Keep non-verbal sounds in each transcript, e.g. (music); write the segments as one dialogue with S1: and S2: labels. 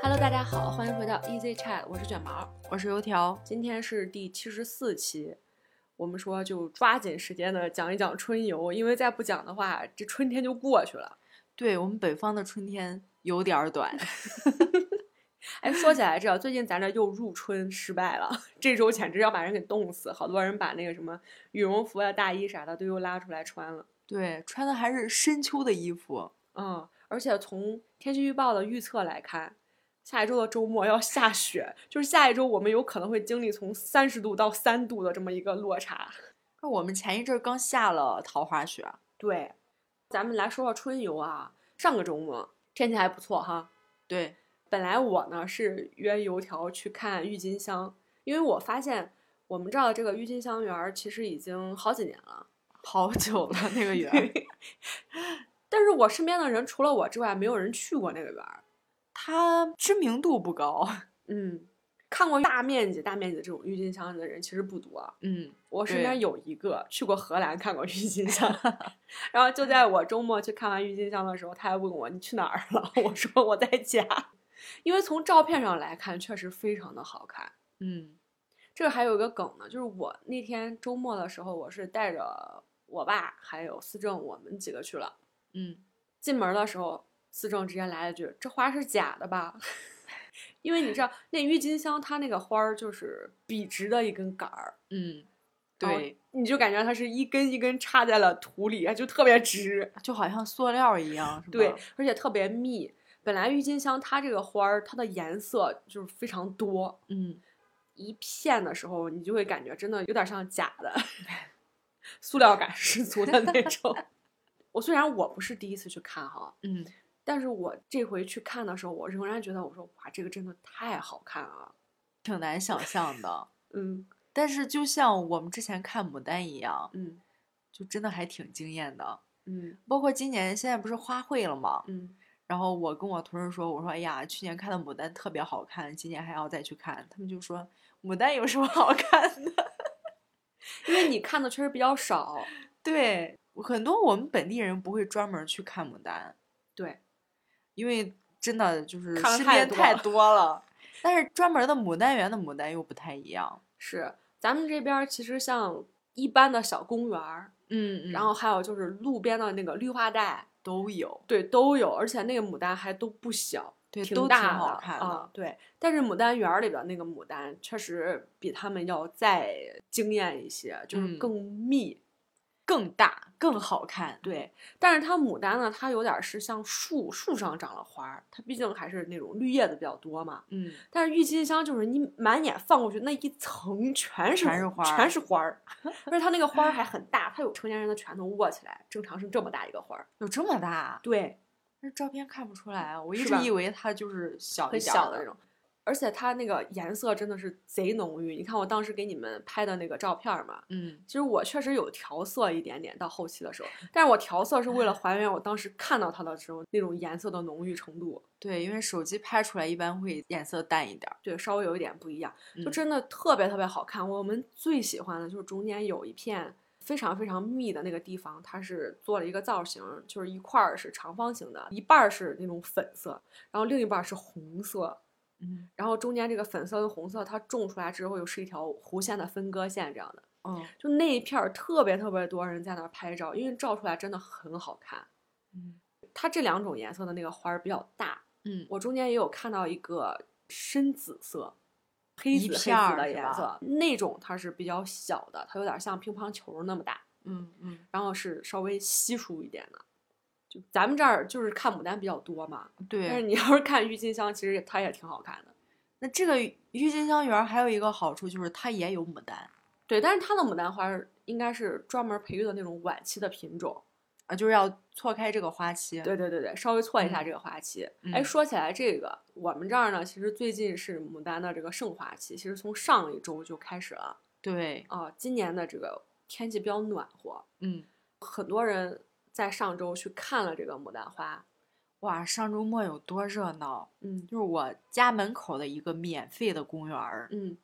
S1: Hello，大家好，欢迎回到 Easy Chat，我是卷毛，
S2: 我是油条。
S1: 今天是第七十四期，我们说就抓紧时间的讲一讲春游，因为再不讲的话，这春天就过去了。
S2: 对我们北方的春天有点儿短，
S1: (laughs)
S2: (laughs)
S1: 哎，说起来这最近咱这又入春失败了，这周简直要把人给冻死，好多人把那个什么羽绒服呀、大衣啥的都又拉出来穿了。
S2: 对，穿的还是深秋的衣服。
S1: 嗯，而且从天气预报的预测来看，下一周的周末要下雪，就是下一周我们有可能会经历从三十度到三度的这么一个落差。
S2: 那我们前一阵儿刚下了桃花雪，
S1: 对，咱们来说说春游啊。上个周末天气还不错哈。
S2: 对，
S1: 本来我呢是约油条去看郁金香，因为我发现我们这儿的这个郁金香园儿其实已经好几年了，
S2: (laughs) 好久了那个园儿，
S1: (laughs) 但是我身边的人除了我之外，没有人去过那个园儿。
S2: 它 (laughs) 知名度不高。
S1: 嗯，看过大面积、大面积的这种郁金香的人其实不多。
S2: (laughs) 嗯，
S1: 我身
S2: 对
S1: 边有一个去过荷兰看过郁金香，然后就在我周末去看完郁金香的时候，他还问我你去哪儿了， (laughs) 我说我在家，因为从照片上来看确实非常的好看。
S2: 嗯
S1: 这还有一个梗呢，就是我那天周末的时候，我是带着我爸还有思政我们几个去了，
S2: 嗯，
S1: 进门的时候，思政直接来了一句：“这花是假的吧？” (laughs) 因为你知道，那郁金香它那个花儿就是笔直的一根杆儿，
S2: 嗯，
S1: 然后
S2: 对，
S1: 你就感觉它是一根一根插在了土里，就特别直，
S2: 就好像塑料一样，是吧？
S1: 对，而且特别密。本来郁金香它这个花儿，它的颜色就是非常多，
S2: 嗯，
S1: 一片的时候，你就会感觉真的有点像假的，塑料感十足的那种。我虽然我不是第一次去看哈，
S2: 嗯
S1: 但是我这回去看的时候，我仍然觉得我说哇，这个真的太好看了。
S2: 挺难想象的。
S1: 嗯
S2: 但是就像我们之前看牡丹一样，
S1: 嗯
S2: 就真的还挺惊艳的。
S1: 嗯
S2: 包括今年现在不是花卉了吗？
S1: 嗯，
S2: 然后我跟我同事说，我说哎呀，去年看的牡丹特别好看，今年还要再去看。他们就说牡丹有什么好看的？ (laughs)
S1: 因为你看的确实比较少，
S2: 对，很多我们本地人不会专门儿去看牡丹，
S1: 对，
S2: 因为真的就是
S1: 看了
S2: 身
S1: 太
S2: 边
S1: 多
S2: 太
S1: 了
S2: 多了。 (laughs) 但是专门儿的牡丹园的牡丹又不太一样。
S1: 是咱们这边儿其实像一般的小公园儿，
S2: 嗯
S1: 然后还有就是路边的那个绿化带，
S2: 都有，
S1: 对，都有，而且那个牡丹还都不小，
S2: 对，
S1: 挺
S2: 都挺
S1: 大
S2: 好
S1: 的
S2: 看的。
S1: 啊对，但是牡丹园儿里边那个牡丹确实比他们要再惊艳一些，就是
S2: 嗯
S1: 更密。
S2: 更大、更好看。
S1: 对，但是它牡丹呢，它有点儿是像树树上长了花儿，它毕竟还是那种绿叶子比较多嘛。
S2: 嗯，
S1: 但是郁金香就是你满眼放过去那一层全是
S2: 全是花儿
S1: 全是花儿，
S2: (laughs)
S1: 而且它那个花儿还很大，它有成年人的拳头握起来，正常是这么大一个花儿。
S2: 有这么大？
S1: 对，
S2: 但是照片看不出来啊，我一
S1: 是
S2: 直
S1: 吧
S2: 以为它就是小
S1: 很
S2: 一点
S1: 小
S2: 儿
S1: 的
S2: 的
S1: 那。种，而且它那个颜色真的是贼浓郁。你看我当时给你们拍的那个照片儿嘛，
S2: 嗯，
S1: 其实我确实有调色一点点，到后期的时候，但是我调色是为了还原我当时看到它的时候那种颜色的浓郁程度，
S2: 对，因为手机拍出来一般会颜色淡一点儿。
S1: 对，稍微有一点不一样，就
S2: 嗯
S1: 真的特别特别好看。我们最喜欢的就是中间有一片非常非常密的那个地方，它是做了一个造型，就是一块儿是长方形的，一半儿是那种粉色，然后另一半儿是红色，
S2: 嗯
S1: 然后中间这个粉色跟红色它种出来之后又是一条弧线的分割线这样的。
S2: 嗯
S1: 就那一片儿特别特别多人在那儿拍照，因为照出来真的很好看。
S2: 嗯
S1: 它这两种颜色的那个花儿比较大，
S2: 嗯，
S1: 我中间也有看到一个深紫色、黑
S2: 一
S1: 紫黑
S2: 片
S1: 紫
S2: 儿
S1: 的
S2: 是
S1: 颜
S2: 吧
S1: 色，那种它是比较小的，它有点像乒乓球那么大，
S2: 嗯嗯，
S1: 然后是稍微稀疏一点的。就咱们这儿就是看牡丹比较多嘛，但是
S2: 对。
S1: 你要是看郁金香，其实也它也挺好看的。
S2: 那这个郁金香园儿还有一个好处就是它也有牡丹
S1: 对，但是它的牡丹花儿应该是专门培育的那种晚期的品种，
S2: 啊，就是要错开这个花期。，
S1: 对对对对，稍微错一下
S2: 嗯
S1: 这个花期。哎、
S2: 嗯
S1: 说起来这个，我们这儿呢，其实最近是牡丹的这个盛花期，其实从上一周就开始了
S2: 对，
S1: 啊、今年的这个天气比较暖和，
S2: 嗯，
S1: 很多人在上周去看了这个牡丹花。
S2: 哇，上周末有多热闹！
S1: 嗯
S2: 就是我家门口的一个免费的公园儿，
S1: 嗯，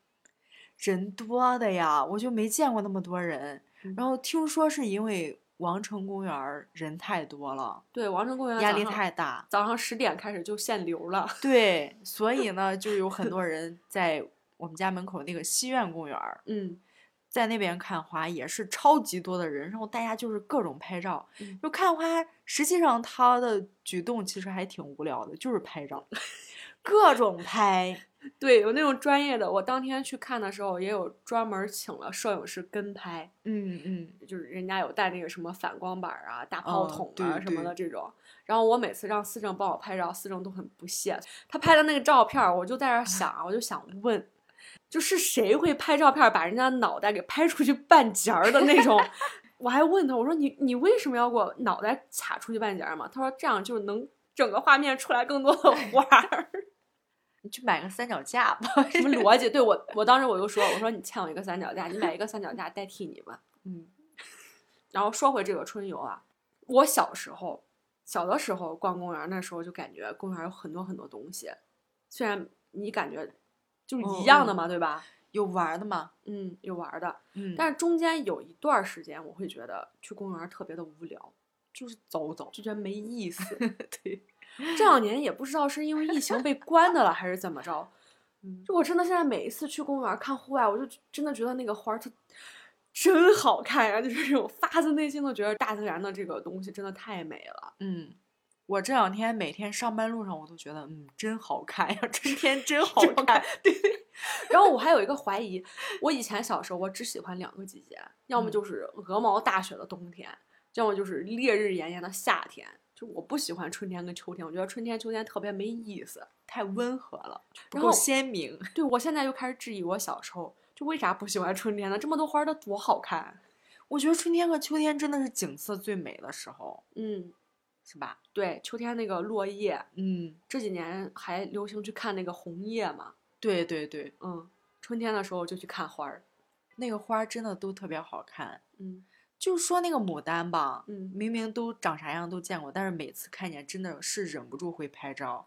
S2: 人多的呀，我就没见过那么多人
S1: 嗯。
S2: 然后听说是因为王城公园儿人太多了，
S1: 对，王城公园
S2: 压力
S1: 早上
S2: 太大。
S1: 早上十点开始就限流了。 (laughs)
S2: 对，所以呢，就有很多人在我们家门口那个西苑公园儿，
S1: 嗯，
S2: 在那边看花也是超级多的人，然后大家就是各种拍照。
S1: 嗯
S2: 就看花，实际上他的举动其实还挺无聊的，就是拍
S1: (laughs)
S2: 照，各种拍。
S1: 对，有那种专业的。我当天去看的时候，也有专门请了摄影师跟拍，
S2: 嗯嗯，
S1: 就是人家有带那个什么反光板啊、大炮
S2: 哦
S1: 筒
S2: 对
S1: 啊什么
S2: 对
S1: 的这种。然后我每次让思政帮我拍照，思政都很不屑。他拍的那个照片儿，我就在那儿想，啊我就想问，就是谁会拍照片儿把人家脑袋给拍出去半截儿的那
S2: (laughs)
S1: 种？我还问他，我说你你为什么要给我脑袋卡出去半截儿嘛？他说这样就能整个画面出来更多的花儿。
S2: (laughs) 你去买个三脚架吧。 (laughs)
S1: 什么逻辑？对我，我当时我就说，我说你欠我一个三脚架，你买一个三脚架代替你吧。
S2: 嗯
S1: 然后说回这个春游啊，我小时候，小的时候逛公园儿，那时候就感觉公园儿有很多很多东西，虽然你感觉就是一样的嘛，对吧？
S2: 有玩儿的吗？
S1: 嗯，有玩儿的，
S2: 嗯
S1: 但
S2: 但
S1: 是中间有一段儿时间，我会觉得去公园儿特别的无聊，
S2: 就是走走。
S1: 就觉得没意思。
S2: 对，
S1: 这两年也不知道是因为疫情被关的了，还是怎么着。
S2: 嗯
S1: 就我真的现在每一次去公园儿看户外，我就觉真的觉得那个花儿它真好看呀、就是这种发自内心的觉得大自然的这个东西真的太美了。
S2: 嗯。我这两天每天上班路上，我都觉得，嗯，真好看呀，春天真好
S1: 真好
S2: 看。对，
S1: 然后我还有一个怀疑，我以前小时候我只喜欢两个季节，要么
S2: 嗯
S1: 就是鹅毛大雪的冬天，要么就是烈日炎炎的夏天。就我不喜欢春天跟秋天，我觉得春天秋天特别没意思。
S2: 太温和了，不
S1: 然
S2: 够
S1: 后
S2: 鲜明。
S1: 对我现在就开始质疑我小时候就为啥不喜欢春天呢？这么多花儿它多好看。
S2: 我觉得春天和秋天真的是景色最美的时候，
S1: 嗯，
S2: 是吧？
S1: 对，秋天那个落叶，
S2: 嗯，
S1: 这几年还流行去看那个红叶嘛，
S2: 对对对，
S1: 嗯，春天的时候就去看花儿，
S2: 那个花儿真的都特别好看。
S1: 嗯
S2: 就说那个牡丹吧，
S1: 嗯，
S2: 明明都长啥样都见过，但是每次看见真的是忍不住会拍照。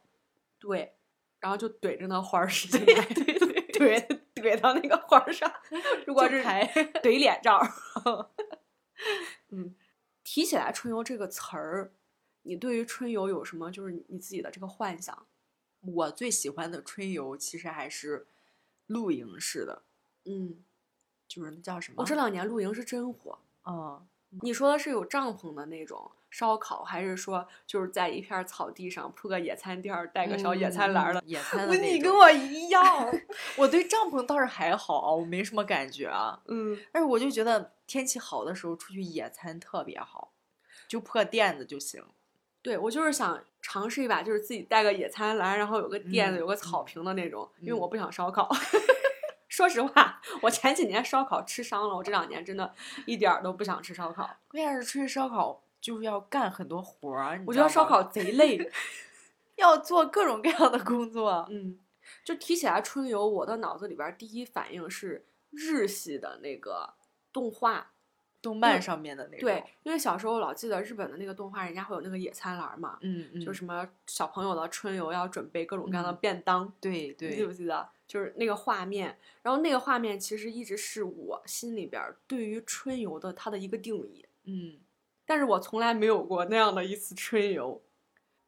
S1: 对，然后就怼着那花儿使劲拍，
S2: 对对， (laughs)
S1: 怼怼到那个花儿上，如果
S2: 就是拍
S1: 怼脸照儿， (laughs) 嗯，提起来春游这个词儿，你对于春游有什么就是你自己的这个幻想？
S2: 我最喜欢的春游其实还是露营式的，
S1: 嗯，
S2: 就是那叫什么？
S1: 我这两年露营是真火，
S2: 嗯，
S1: 你说的是有帐篷的那种烧烤，还是说就是在一片儿草地上铺个野餐垫儿，带个小野餐篮儿
S2: 嗯
S1: 的？
S2: 嗯
S1: (laughs)
S2: 野餐的
S1: 不
S2: 那
S1: 你跟
S2: 种
S1: 我一 (laughs) 样，
S2: 我对帐篷倒是还好，我没什么感觉啊。
S1: 嗯，
S2: 但是我就觉得天气好的时候出去野餐特别好，就铺个垫子就行。
S1: 对我就是想尝试一把，就是自己带个野餐篮，然后有个垫子、
S2: 嗯
S1: 有个草坪的那种，因为
S2: 嗯
S1: 我不想烧烤。 (laughs) 说实话，我前几年烧烤吃伤了，我这两年真的一点儿都不想吃烧烤。
S2: 关键是出去烧烤就是要干很多活儿，啊你
S1: 我
S2: 知
S1: 觉得
S2: 道
S1: 烧
S2: 吗
S1: 烤贼累。
S2: 要做各种各样的工作。
S1: 嗯，就提起来春游，我的脑子里边儿第一反应是日系的那个动画，
S2: 动漫上面的那种，
S1: 对，因为小时候老记得日本的那个动画，人家会有那个野餐篮儿嘛，
S2: 嗯嗯，
S1: 就什么小朋友的春游要准备各种各样的
S2: 嗯
S1: 便当，
S2: 对
S1: 你记不
S2: 对，
S1: 记得？就是那个画面，然后那个画面其实一直是我心里边儿对于春游的它的一个定义，
S2: 嗯，
S1: 但是我从来没有过那样的一次春游。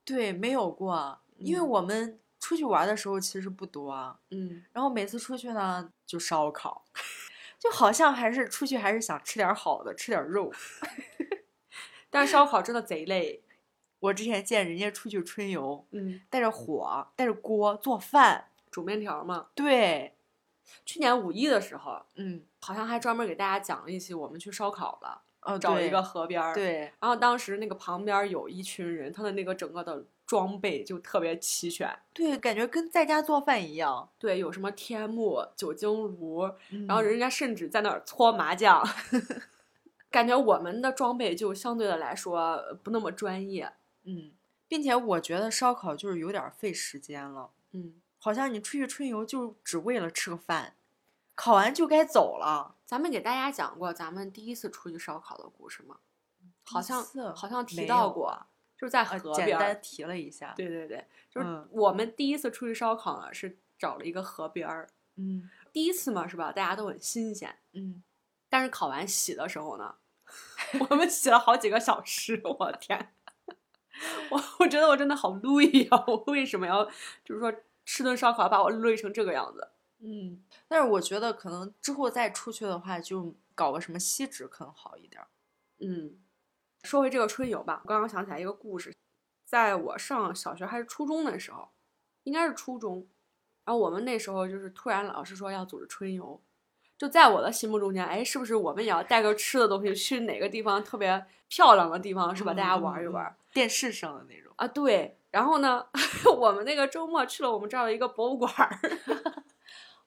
S2: 对，没有过，因为
S1: 嗯
S2: 我们出去玩的时候其实不多啊，
S1: 嗯，
S2: 然后每次出去呢就烧烤， (laughs) 就好像还是出去还是想吃点儿好的，吃点儿肉。
S1: 但是烧烤真的贼累。
S2: 我之前见人家出去春游，
S1: 嗯，
S2: 带着火，带着锅做饭，
S1: 煮面条儿嘛。
S2: 对，
S1: 去年五一的时候，
S2: 嗯，
S1: 好像还专门给大家讲了一期我们去烧烤了，
S2: 哦，
S1: 找
S2: 对
S1: 一个河边儿。。
S2: 对，
S1: 然后当时那个旁边儿有一群人，他的那个整个的装备就特别齐全，
S2: 对，感觉跟在家做饭一样。
S1: 对，有什么天幕、酒精炉，然
S2: 然
S1: 后
S2: 后人
S1: 人家甚至在那儿搓麻将， (laughs) 感觉我们的装备就相对的来说呃不那么专业。
S2: 嗯，并且我觉得烧烤就是有点儿费时间了，
S1: 嗯，
S2: 好像你出去春游就只为了吃个饭，烤完就该走了。
S1: 咱们给大家讲过咱们第一次出去烧烤的故事吗？好
S2: 第一
S1: 像
S2: 次
S1: 好像提
S2: 没
S1: 到
S2: 有
S1: 过，就是在
S2: 呃
S1: 河
S2: 简
S1: 边儿。
S2: 单提了一下，
S1: 对对对，就是
S2: 嗯
S1: 我们第一次出去烧烤呢，是找了一个河边儿。
S2: 嗯
S1: 第一次嘛，是吧？大家都很新鲜，
S2: 嗯，
S1: 但是烤完洗的时候呢，我们洗了好几个小时，我天！我我觉得我真的好累呀、我为什么要就是说吃顿烧烤把我累成这个样子？
S2: 嗯，但是我觉得可能之后再出去的话，就搞个什么西职可能好一点儿。
S1: 嗯，说回这个春游吧，我刚刚想起来一个故事，在我上小学还是初中的时候，应该是初中，然后我们那时候就是突然老师说要组织春游，就在我的心目中间，哎，是不是我们也要带个吃的东西去哪个地方特别漂亮的地方，是吧？大家玩一玩
S2: 嗯，电视上的那种。
S1: 啊，对。然后呢， (laughs) 我们那个周末去了我们这儿的一个博物馆儿，
S2: (laughs)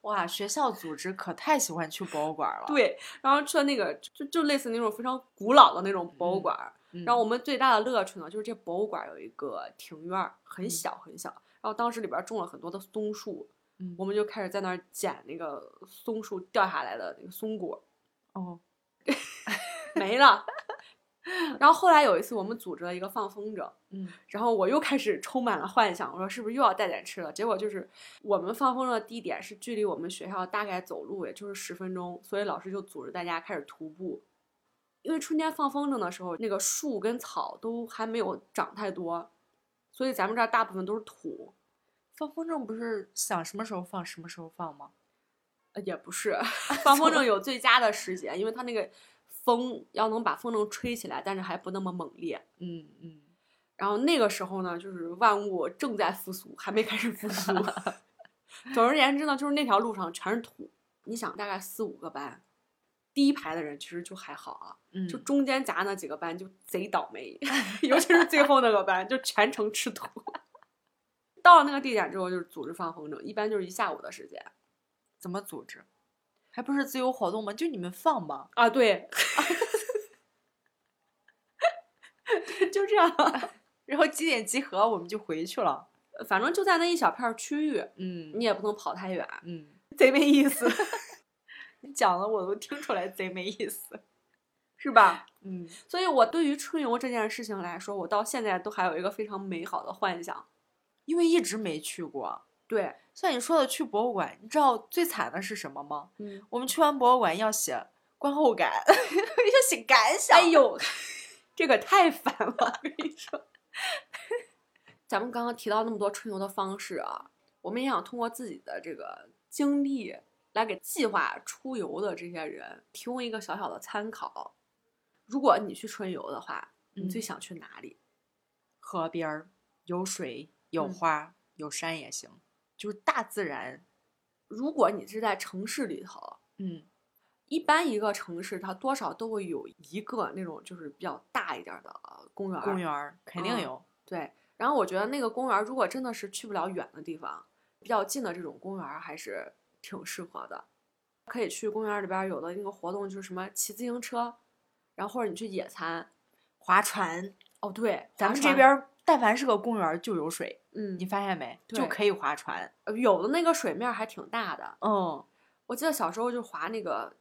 S2: 哇，学校组织可太喜欢去博物馆了。，
S1: 对，然后去了那个就就类似那种非常古老的那种博物
S2: 嗯
S1: 馆儿，
S2: 嗯、
S1: 然后我们最大的乐趣呢，就是这博物馆有一个庭院儿，很
S2: 嗯
S1: 小很小。然后当时里边儿种了很多的松树，
S2: 嗯
S1: 我们就开始在那儿捡那个松树掉下来的那个松果，
S2: 哦，
S1: 没了。 (laughs) 然后后来有一次，我们组织了一个放风筝，
S2: 嗯
S1: 然后我又开始充满了幻想，我说是不是又要带点吃的？结果就是我们放风筝的地点是距离我们学校大概走路也就是十分钟，所以老师就组织大家开始徒步。因为春天放风筝的时候，那个树跟草都还没有长太多，所以咱们这儿大部分都是土。
S2: 放风筝不是想什么时候放什么时候放吗？
S1: 呃也不是，放风筝有最佳的时节，因为它那个风要能把风筝吹起来，但是还不那么猛烈。
S2: 嗯嗯，
S1: 然后那个时候呢，就是万物正在复苏，还没开始复
S2: (laughs)
S1: 苏。总而言之呢，就是那条路上全是土。你想，大概四五个班，第一排的人其实就还好啊，
S2: 嗯
S1: 就中间夹那几个班就贼倒霉， (laughs) 尤其是最后那个班，就全程吃土。到了那个地点之后，就是组织放风筝，一般就是一下午的时间
S2: 怎么组织？还不是自由活动吗？就你们放 (laughs) 吧。
S1: 啊。对，就这样，
S2: (laughs) 然后几点集合我们就回去了。
S1: 反正就在那一小片儿区域，
S2: 嗯
S1: 你也不能跑太远。
S2: 嗯，
S1: 贼没意思，
S2: (laughs) 你讲的我都听出来贼没意思。
S1: 是吧？
S2: 嗯
S1: 所以，我对于春游这件事情来说，我到现在都还有一个非常美好的幻想。
S2: 因为一直没去过。
S1: 对，
S2: 像你说的去博物馆，你知道最惨的是什么吗？
S1: 嗯，
S2: 我们去完博物馆要写观后感， (laughs) 要写感想。
S1: 哎，呦， (laughs) 这个太烦了，我跟你说。 (laughs) 咱们刚刚提到那么多春游的方式啊，我们也想通过自己的这个经历来给计划出游的这些人提供一个小小的参考。如果你去春游的话，你
S2: 嗯
S1: 最想去哪里？
S2: 河边儿有水有
S1: 嗯
S2: 花、有山也行，就是大自然。
S1: 如果你是在城市里头，
S2: 嗯
S1: 一般一个城市它多少都会有一个那种就是比较大一点儿的呃公园儿。
S2: 公园儿肯定
S1: 嗯
S2: 有。
S1: 对，然后我觉得那个公园儿如果真的是去不了远的地方，比较近的这种公园儿还是挺适合的。可以去公园儿里边儿有的那个活动就是什么骑自行车，然后或者你去野餐。
S2: 划船，
S1: 哦，对，
S2: 咱
S1: 划
S2: 们这
S1: 船
S2: 边儿但凡是个公园儿就有水，
S1: 嗯
S2: 你，发现没？就
S1: 对
S2: 可以划船。
S1: 呃有的那个水面儿还挺大的。
S2: 嗯
S1: 我记得小时候就划那个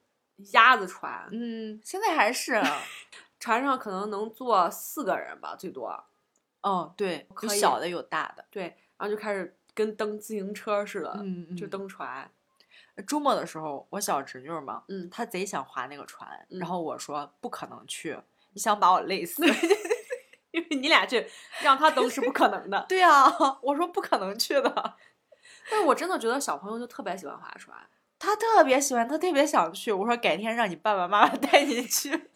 S1: 鸭子船，
S2: 嗯，现在还是。
S1: (laughs) 船上可能能坐四个人吧，最多。
S2: 哦，对，
S1: 可
S2: 有
S1: 以
S2: 小的有大的。
S1: 对，然后就开始跟蹬自行车似的，
S2: 嗯嗯，
S1: 就登船。 (laughs)
S2: 周末的时候，我小侄女儿嘛，
S1: 嗯
S2: 她贼想划那个船，
S1: 嗯
S2: 然后我说不可能去，你想把我累 (laughs) 死。
S1: 因为你俩去让他蹬是不可能的，
S2: 对啊， (laughs) 我说不可能去的。
S1: (laughs) 但是我真的觉得小朋友就特别喜欢划船，
S2: 她特别喜欢，她特别想去。我说改天让你爸爸妈妈 (laughs) 带你去。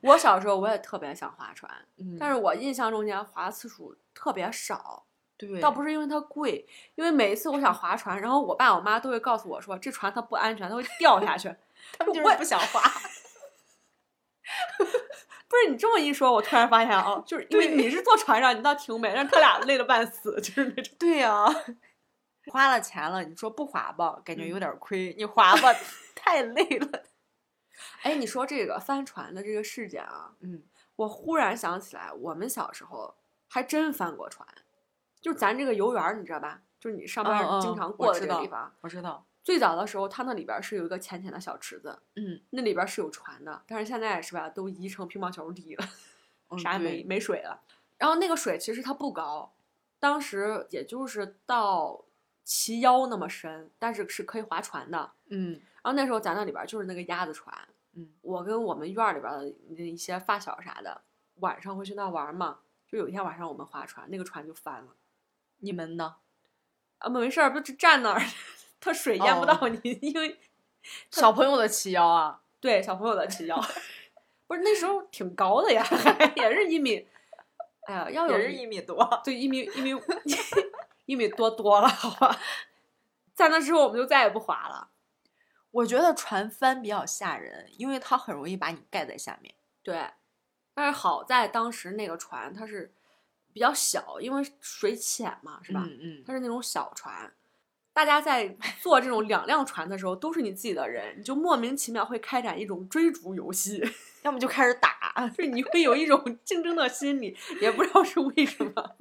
S1: 我小时候我也特别想划船，
S2: 嗯
S1: 但是我印象中间划次数特别少，
S2: 对，
S1: 倒不是因为它贵，因为每一次我想划船，然后我爸我妈都会告诉我说这船它不安全，它会掉下 (laughs) 去。
S2: 他们就
S1: 我
S2: 是不想 (laughs) 划。
S1: 不是你这么一说，我突然发现哦，就是因为
S2: 对
S1: 你是坐船上，你倒挺美，但是他俩累得半死，就是那种。
S2: 对呀、花了钱了，你说不划吧，感觉
S1: 嗯
S2: 有点亏；你划吧， (laughs) 太累了。
S1: (laughs) 哎，你说这个帆船的这个事件啊，
S2: 嗯，
S1: 我忽然想起来，我们小时候还真翻过船，就是咱这个游园儿，你知道吧？就是你上班儿
S2: 嗯
S1: 经
S2: 嗯
S1: 常
S2: 我
S1: 过的这
S2: 知
S1: 个
S2: 道
S1: 地方。
S2: 我知道。
S1: 最早的时候，它那里边儿是有一个浅浅的小池子，
S2: 嗯，
S1: 那里边儿是有船的，但是现在是吧，都移成乒乓球地了，(laughs)
S2: 嗯
S1: 啥也没
S2: 对
S1: 没水了。然后那个水其实它不高，当时也就是到齐腰那么深，但是是可以划船的。
S2: 嗯
S1: 然后那时候咱那里边儿就是那个鸭子船，
S2: 嗯
S1: 我跟我们院儿里边儿的一些发小啥的，晚上会去那玩儿嘛。就有一天晚上我们划船，那个船就翻了。
S2: 你们呢？
S1: 啊，没事儿，不就站那儿， (laughs) 它水淹不
S2: 哦
S1: 到你， (laughs) 因为
S2: 小朋友的齐腰啊，
S1: 对小朋友的
S2: (laughs)
S1: 齐腰，不是那时候挺高的呀， (laughs) 还也是一米，哎呀，要有
S2: 米多。
S1: 对一米一米 (laughs) 一米多多了，好吧。在那之后，我们就再也不滑了。
S2: 我觉得船帆比较吓人，因为它很容易把你盖在下面。
S1: 对，但是好在当时那个船它是比较小，因为水浅嘛，是吧？
S2: 嗯
S1: 它
S2: 嗯。
S1: 是那种小船。大家在坐这种两辆船的时候，都是你自己的人，你就莫名其妙会开展一种追逐游戏， (laughs)
S2: 要么就开始打。
S1: 就是你会有一种竞争的心理，也不知道是为什么。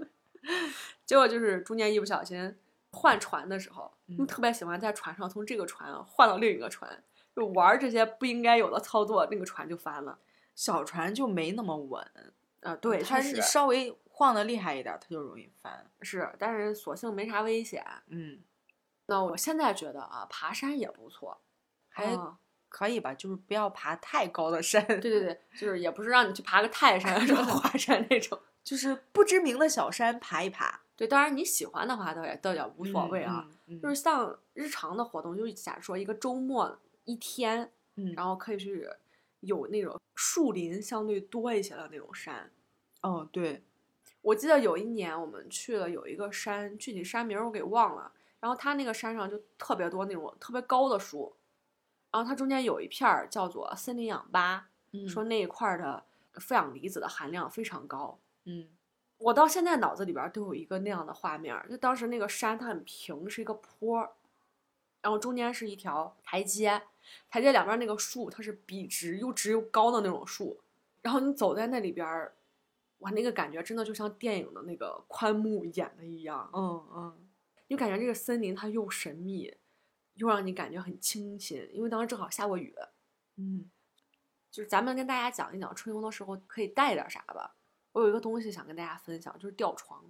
S1: (laughs) 结果就是中间一不小心换船的时候，
S2: 嗯
S1: 特别喜欢在船上从这个船换到另一个船，就玩儿这些不应该有的操作，那个船就翻了。
S2: 小船就没那么稳，
S1: 啊，对，
S2: 它
S1: 确
S2: 你
S1: 实
S2: 稍微晃的厉害一点，它就容易翻。
S1: 是，但是索性没啥危险。
S2: 嗯，
S1: 那我现在觉得啊，爬山也不错，
S2: 还
S1: 啊
S2: 可以吧，就是不要爬太高的山， (laughs)
S1: 对对对，就是也不是让你去爬个泰山、啊 (laughs) 什么华山那种。
S2: 就是不知名的小山爬一爬，
S1: 对，当然你喜欢的话倒也倒也无
S2: 无
S1: 所
S2: 所
S1: 谓
S2: 谓
S1: 啊。
S2: 啊。嗯
S1: 就是像日常的活动，就是假如说一个周末一天，
S2: 嗯
S1: 然后可以去有那种树林相对多一些的那种山。
S2: 哦，对，
S1: 我记得有一年我们去了有一个山，具体山名儿我给忘了。然后它那个山上就特别多那种特别高的树，然后它中间有一片儿叫做森林氧吧，说
S2: 说
S1: 那一块儿的负氧离子的含量非常高。
S2: 嗯
S1: 我到现在脑子里边儿都有一个那样的画面儿，就当时那个山它很平，是一个坡儿，然后中间是一条台阶，台阶两边儿那个树它是笔直又直又高的那种树，然后你走在那里边儿，哇，那个感觉真的就像电影的那个宽幕演的一样，
S2: 嗯嗯，
S1: 你感觉这个森林它又神秘，又让你感觉很清新，因为当时正好下过雨，
S2: 嗯，
S1: 就是咱们跟大家讲一讲春游的时候可以带点儿啥吧。我有一个东西想跟大家分享，就是吊床。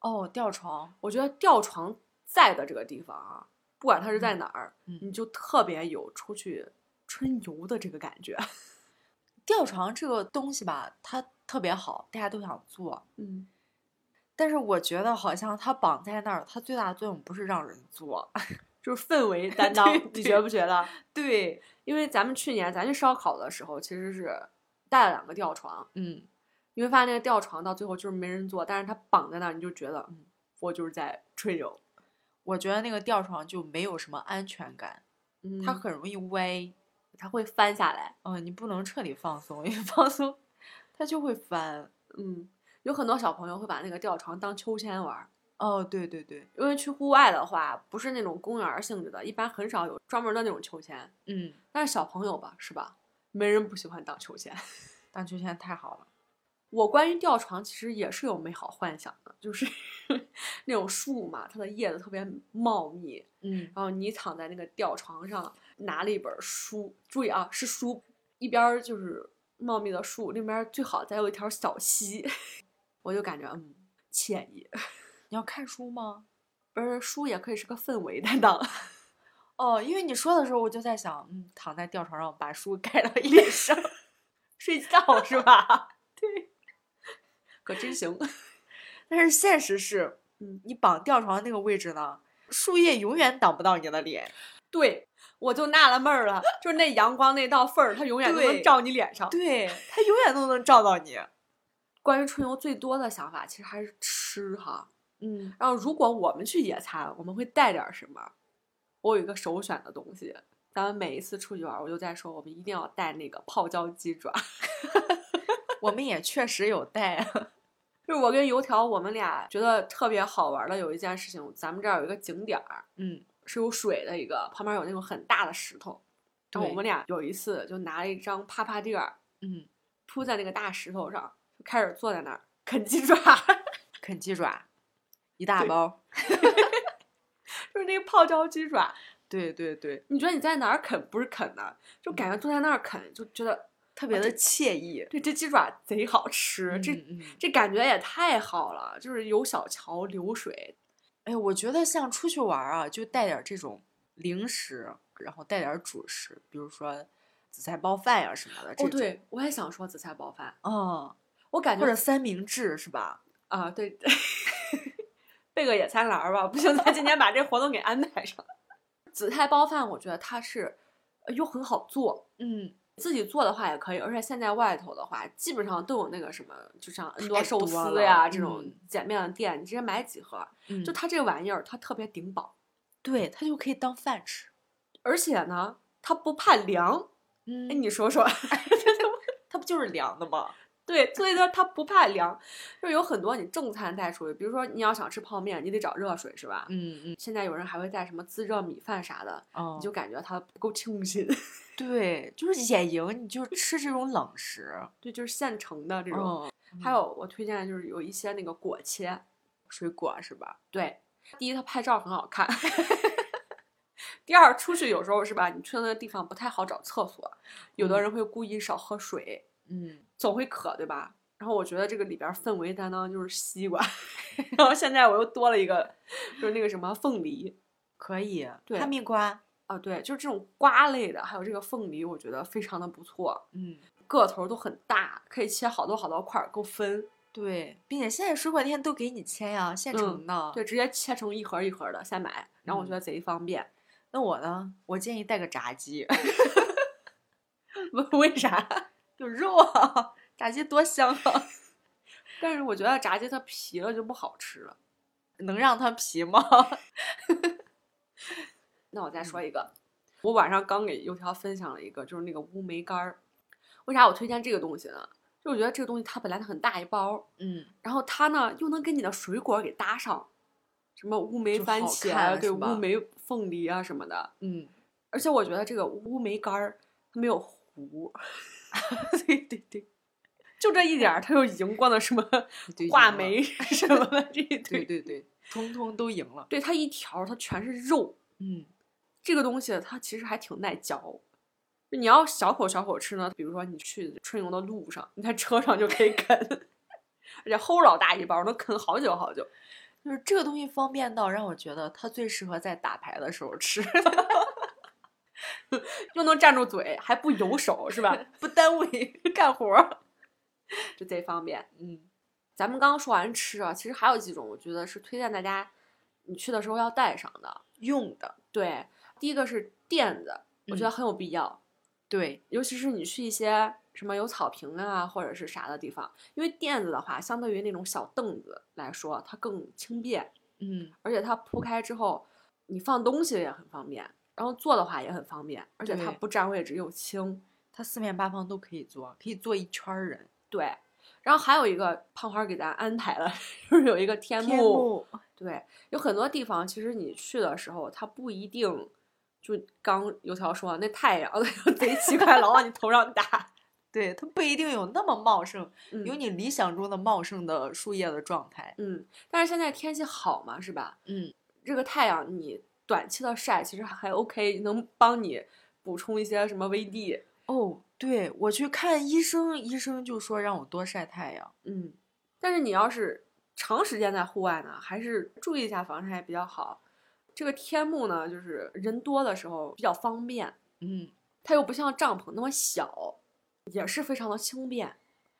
S2: 哦，吊床，
S1: 我觉得吊床在的这个地方啊，不管它是在
S2: 嗯
S1: 哪儿，
S2: 嗯
S1: 你就特别有出去春游的这个感
S2: (laughs)
S1: 觉。
S2: 吊床这个东西吧，它特别好，大家都想做，
S1: 嗯，
S2: 但是我觉得好像它绑在那儿，它最大的作用不是让人做， (laughs)
S1: 就是氛围担当，你
S2: 对
S1: 觉不觉得？
S2: 对，
S1: 因为咱们去年咱去烧烤的时候，其实是带了两个吊床，
S2: 嗯，
S1: 你会发现那个吊床到最后就是没人坐，但是它绑在那儿，你就觉得
S2: 嗯
S1: 我就是在春游。
S2: 我觉得那个吊床就没有什么安全感，
S1: 嗯
S2: 它
S1: 它
S2: 很容易歪，
S1: 它会翻下来，
S2: 嗯、你不能彻底放松， (laughs) 一放松它就会翻。
S1: 嗯，有很多小朋友会把那个吊床当秋千玩儿。
S2: 哦，对对对，
S1: 因为去户外的话，不是那种公园儿性质的，一般很少有专门的那种秋千。
S2: 嗯，
S1: 但是小朋友吧，是吧？没人不喜欢荡秋千。
S2: 荡秋千太好了。
S1: (laughs) 我关于吊床其实也是有美好幻想的，就是 (laughs) 那种树嘛，它的叶子特别茂密，
S2: 嗯，
S1: 然后你躺在那个吊床上，拿了一本书，注意啊，是书，一边儿就是茂密的树，那边儿最好再有一条小溪， (laughs) 我就感觉嗯惬意。
S2: 你要看书吗？
S1: 不是书也可以是个氛围担当，
S2: 哦，因为你说的时候，我就在想，嗯，躺在吊床上把书盖到 (laughs) 脸上，
S1: 睡觉是吧？ (laughs) 对，可真行。 (laughs)
S2: 但是现实是，
S1: 嗯
S2: 嗯，你绑吊床那个位置呢，树叶永远挡不到你的脸。
S1: 对，我就纳了闷儿了，就是那阳光那道缝儿，它永远都能
S2: 对
S1: 照你脸上。
S2: 对，它永远都能照到你。
S1: 关于春游最多的想法，其实还是吃哈。
S2: 嗯，
S1: 然后，如果我们去野餐，我们会带点儿什么？我有一个首选的东西，咱们每一次出去玩儿，我就在说，我们一定要带那个泡椒鸡爪。 (laughs)
S2: 我们也确实有带啊。
S1: 就是我跟油条，我们俩觉得特别好玩儿的有一件事情，咱们这儿有一个景点儿，
S2: 嗯，
S1: 是有水的一个，旁边有那种很大的石头。然后我
S2: 对
S1: 们俩有一次就拿了一张帕帕垫儿
S2: 嗯，
S1: 铺在那个大石头上，就开始坐在那儿啃鸡爪， (laughs)
S2: 啃鸡爪，啊一大
S1: 对
S2: 包。
S1: 就是那个泡椒鸡爪。
S2: 对对对，
S1: 你觉得你在哪儿啃不是啃呢？就感
S2: 嗯
S1: 觉坐在那儿啃，就觉得
S2: 特别的惬意。
S1: 对这鸡爪贼好吃，这
S2: 嗯嗯
S1: 这感觉也太好了，就是有小桥流水。
S2: 哎，我觉得像出去玩儿啊，就带点儿这种零食，然后带点儿主食，比如说紫菜包饭呀、什么的这
S1: 哦，
S2: 种。
S1: 对，我也想说紫菜包饭，
S2: 嗯，
S1: 我感
S2: 或
S1: 觉
S2: 者三明治是吧？
S1: 啊，对，对备个野餐篮儿吧，不行，咱今天把这活动给安排上。 (laughs) 紫菜包饭，我觉得它是呃又很好做，
S2: 嗯，
S1: 自己做的话也可以，而且现在外头的话，基本上都有那个什么，就像 N 多
S2: 太
S1: 寿
S2: 多
S1: 司呀
S2: 了
S1: 这种
S2: 嗯
S1: 碱面的店，你直接买几盒，就
S2: 就
S1: 它这个玩意儿，它特别顶饱，
S2: 对，它就可以当饭吃。
S1: 而且呢，它不怕凉。
S2: 嗯
S1: 哎，你说说， (laughs)
S2: 它不就是凉的吗？
S1: 对，所以它它不怕凉，就是有很多你正餐带出去，比如说你要想吃泡面，你得找热水是吧？
S2: 嗯嗯，
S1: 现在有人还会带什么自热米饭啥的，
S2: 哦嗯
S1: 你就感觉它不够清新。 (laughs)
S2: 对，就是野营，你就吃这种冷食，
S1: 对，就是现成的这
S2: 这
S1: 种。
S2: 种、
S1: 还
S2: 嗯
S1: 有我推荐的就是有一些那个果切，
S2: 水果是吧？
S1: 对，第一它拍照很好看， (laughs) 第二出去有时候是吧，你去那个地方不太好找厕所，有的
S2: 嗯
S1: 人会故意少喝水，
S2: 嗯，
S1: 总会渴，对吧？然后我觉得这个里边儿氛围担当就是西瓜， (laughs) 然后现在我又多了一个，就是那个什么凤梨
S2: 可以。
S1: 对
S2: 哈密瓜，
S1: 啊，对，就是这种瓜类的，还有这个凤梨，我觉得非常的不错，
S2: 嗯，
S1: 个头儿都很大，可以切好多好多块儿够分，
S2: 对，并且现在水果店都给你切呀，现
S1: 嗯
S2: 成的。
S1: 对，直接切成一盒儿一盒儿的，现买，然后我觉
S2: 嗯
S1: 得贼方便。
S2: 那我呢？我建议带个炸 (laughs) 鸡，
S1: 为啥？
S2: 有肉啊，炸鸡多香啊！
S1: 但是我觉得炸鸡它皮了就不好吃了。
S2: 能让它皮吗？
S1: 那我再
S2: 嗯
S1: 说一个，我晚上刚给油条分享了一个，就是那个乌梅干儿。为啥我推荐这个东西呢？就我觉得这个东西它本来它很大一包，
S2: 嗯，
S1: 然后它呢又能跟你的水果给搭上，什么乌梅
S2: 就
S1: 番
S2: 好
S1: 茄啊，
S2: 看
S1: 对，
S2: 是吧
S1: 乌梅凤梨啊什么的。
S2: 嗯，
S1: 而且我觉得这个乌梅干儿它没有 (laughs) 核，
S2: 对对对，
S1: 就这一点儿，它又赢过了什么
S2: 对
S1: 话
S2: 赢了
S1: 梅什么的这一堆。
S2: 对对对，通通都赢了。
S1: 对，它一条儿它全是肉。
S2: 嗯，
S1: 这个东西它其实还挺耐嚼。就你要小口小口吃呢，比如说你去春游的路上，你在车上就可以啃， (laughs) 而且齁老大一包，能啃好久好久。
S2: 就是这个东西方便到让我觉得它最适合在打牌的时候吃， (laughs)
S1: 又能占住嘴，还不油手，是
S2: (laughs)
S1: 吧？
S2: 不耽误你干活儿。
S1: 就贼方便。
S2: 嗯
S1: 咱们刚刚说完吃啊，其实还有几种，我觉得是推荐大家你去的时候要带上的。，呃
S2: 用的
S1: 对，第一个是垫子，我觉得
S2: 嗯
S1: 很有必要。
S2: 对，
S1: 尤其是你去一些什么有草坪啊或者是啥的地方，因为垫子的话，相对于那种小凳子来说，它更轻便，
S2: 嗯，
S1: 而且它铺开之后，你放东西也很方便，然后坐的话也很方便，而且它
S2: 对
S1: 不占位置又轻。
S2: 它四面八方都可以做，可以做一圈儿人。
S1: 对，然后还有一个胖花儿给咱安排了， (laughs) 就是有一个天幕，
S2: 幕，
S1: 对，有很多地方其实你去的时候，它不一定。就刚油条说那太阳 (laughs) 贼奇怪，老往你头上打，
S2: 对，它不一定有那么茂盛，
S1: 嗯
S2: 有你理想中的茂盛的树叶的状态。
S1: 嗯，但是现在天气好嘛，是吧？
S2: 嗯，
S1: 这个太阳你短期的晒其实还还 OK，能帮你补充一些什么 V D。
S2: 哦，对我去看医生，医生就说让我多晒太阳。
S1: 嗯，但是你要是长时间在户外呢，还是注意一下防晒比较好。这个天幕呢，就是人多的时候比较方便，
S2: 嗯，
S1: 它又不像帐篷那么小，也是非常的轻便。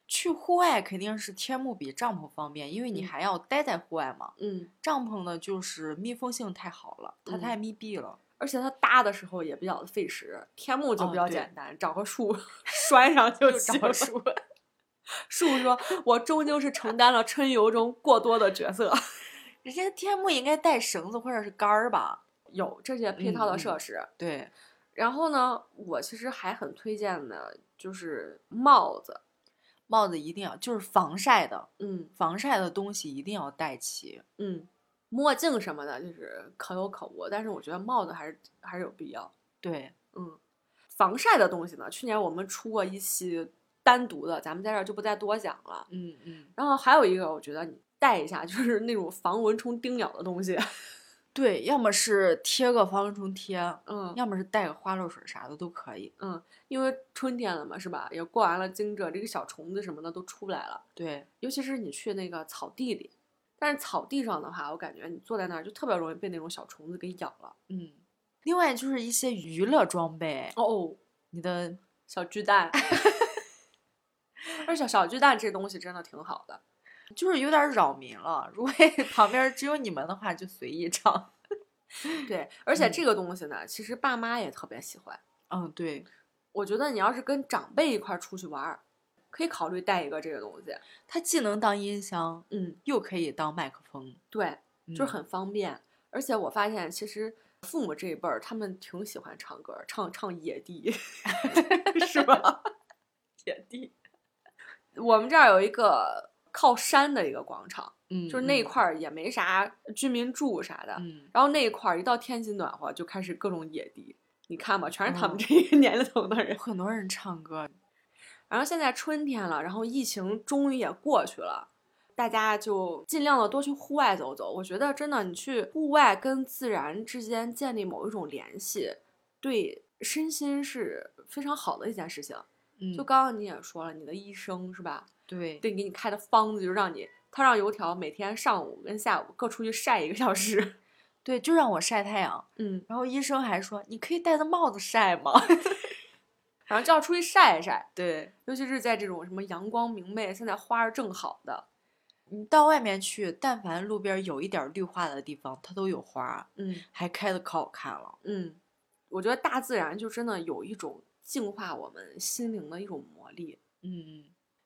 S2: 去户外肯定是天幕比帐篷方便，因为你
S1: 嗯
S2: 还要待在户外嘛。
S1: 嗯，
S2: 帐篷呢，就是密封性太好了，它
S1: 嗯
S2: 太密闭了。
S1: 而且它搭的时候也比较费时，天幕就
S2: 哦
S1: 比较
S2: 对
S1: 简单，找个树 (laughs) 拴上就
S2: 就
S1: 行
S2: 找
S1: 了。
S2: 树
S1: 树
S2: (laughs)
S1: 说：“我终究是承担了春游中过多的角
S2: (laughs)
S1: 色。
S2: 人家天幕应该带绳子或者是杆儿吧？”
S1: 有这些配套的
S2: 嗯
S1: 设施。
S2: 对，
S1: 然后呢，我其实还很推荐的就是帽子。
S2: 帽子一定要就是防晒的，
S1: 嗯
S2: 防晒的东西一定要带齐。
S1: 嗯，墨镜什么的，就是可有可无，但是我觉得帽子还是还是有必要。
S2: 对，
S1: 嗯，防晒的东西呢，去年我们出过一期单独的，咱们在这儿就不再多讲了。
S2: 嗯嗯，
S1: 然后还有一个，我觉得你带一下，就是那种防蚊虫叮咬的东西。
S2: 对，要么是贴个防蚊虫贴，
S1: 嗯，
S2: 要么是带个花露水啥的都可以。
S1: 嗯，因为春天了嘛，是吧？也过完了惊蛰，这个小虫子什么的都出来了。
S2: 对，
S1: 尤其是你去那个草地里，但是草地上的话，我感觉你坐在那儿就特别容易被那种小虫子给咬了。
S2: 嗯。另外就是一些娱乐装备，
S1: 哦，
S2: 你的
S1: 小巨蛋。而且小巨蛋这东西真的挺好的，
S2: 就是有点扰民了。如果 (laughs) 旁边只有你们的话，就随意唱。
S1: 对，而且这个东西呢，其实爸妈也特别喜欢。
S2: 嗯，对，
S1: 我觉得你要是跟长辈一块儿出去玩儿，可以考虑带一个这个东西。
S2: 它既能当音箱，
S1: 嗯，
S2: 又可以当麦克风，
S1: 对，就是
S2: 嗯
S1: 很方便。而且我发现，其实父母这一辈儿他们挺喜欢唱歌，唱唱野地， (laughs)
S2: 嗯
S1: 是吧？
S2: 野地。
S1: 我们这儿有一个靠山的一个广场，
S2: (laughs) 嗯，
S1: 就是那
S2: 嗯，
S1: 块儿也没啥居民住啥的，
S2: 嗯，
S1: 然后那一块儿一到天气暖和就开始各种野地。你看吧，全是他们
S2: 哦
S1: 这个 (laughs) 年龄层的人。
S2: 很多人唱歌，
S1: 然后现在春天了，然后疫情终于也过去了，大家就尽量的多去户外走走。我觉得真的，你去户外跟自然之间建立某一种联系，对身心是非常好的一件事情。
S2: 嗯，
S1: 就刚刚你也说了，你的医生是吧？
S2: 对，
S1: 对，给你开的方子就让你，他让油条每天上午跟下午各出去晒一个小时。 (laughs)
S2: 对，就让我晒太阳。
S1: 嗯，
S2: 然后医生还说，你可以戴着帽子晒吗？ (laughs)
S1: 反正就要出去晒一晒，
S2: 对
S1: 尤其是在这种什么阳光明媚，现在花儿正好的。
S2: 你到外面去，但凡路边有一点儿绿化的地方，它都有花儿，
S1: 嗯，
S2: 还开的可好看了。
S1: 嗯，我觉得大自然就真的有一种净化我们心灵的一种魔力。
S2: 嗯，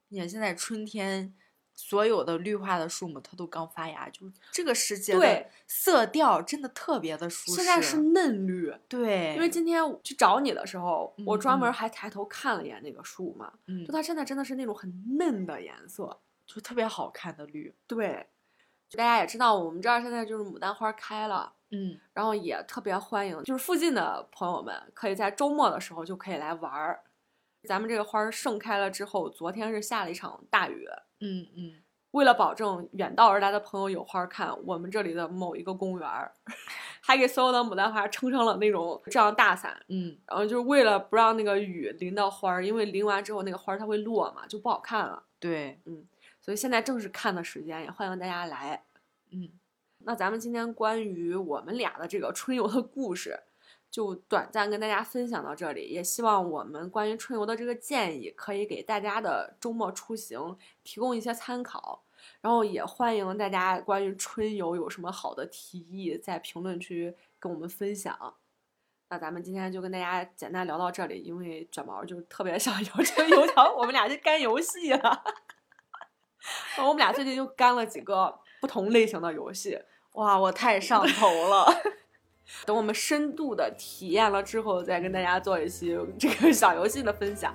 S2: 并且现在春天，所有的绿化的树木它都刚发芽，就是这个时节的
S1: 对
S2: 色调真的特别的舒适。
S1: 现在是嫩绿，
S2: 对，
S1: 因为今天我去找你的时候，我
S2: 嗯
S1: 专门
S2: 嗯
S1: 还抬头看了一眼那个树嘛，
S2: 嗯
S1: 就它现在真的是那种很嫩的颜色。
S2: 就特别好看的绿。
S1: 对，就大家也知道，我们这儿现在就是牡丹花开了。
S2: 嗯，
S1: 然后也特别欢迎，就是附近的朋友们可以在周末的时候就可以来玩儿。咱们这个花儿盛开了之后，昨天是下了一场大雨，
S2: 嗯嗯，
S1: 为了保证远道而来的朋友有花儿看，我们这里的某一个公园儿 (laughs) 还给所有的牡丹花撑上了那种遮阳大伞，
S2: 嗯，
S1: 然后就是为了不让那个雨淋到花儿，因为淋完之后那个花儿它会落嘛，就不好看了。
S2: 对，
S1: 所以现在正是看的时间，也欢迎大家来。
S2: 嗯
S1: 那咱们今天关于我们俩的这个春游的故事，就短暂跟大家分享到这里。也希望我们关于春游的这个建议，可以给大家的周末出行提供一些参考。然后也欢迎大家关于春游有什么好的提议，在评论区跟我们分享。那咱们今天就跟大家简单聊到这里，因为卷毛就特别想 (laughs) 聊春游，然后我们俩就干游戏了。 (laughs) 然后我们俩最近就干了几个不同类型的游戏，
S2: 哇，我太上头了。
S1: (laughs) 等我们深度的体验了之后，再跟大家做一期这个嗯小游戏的分享。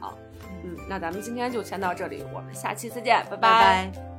S1: 嗯，那咱们今天就先到这里，我们下期再见，拜
S2: 拜拜。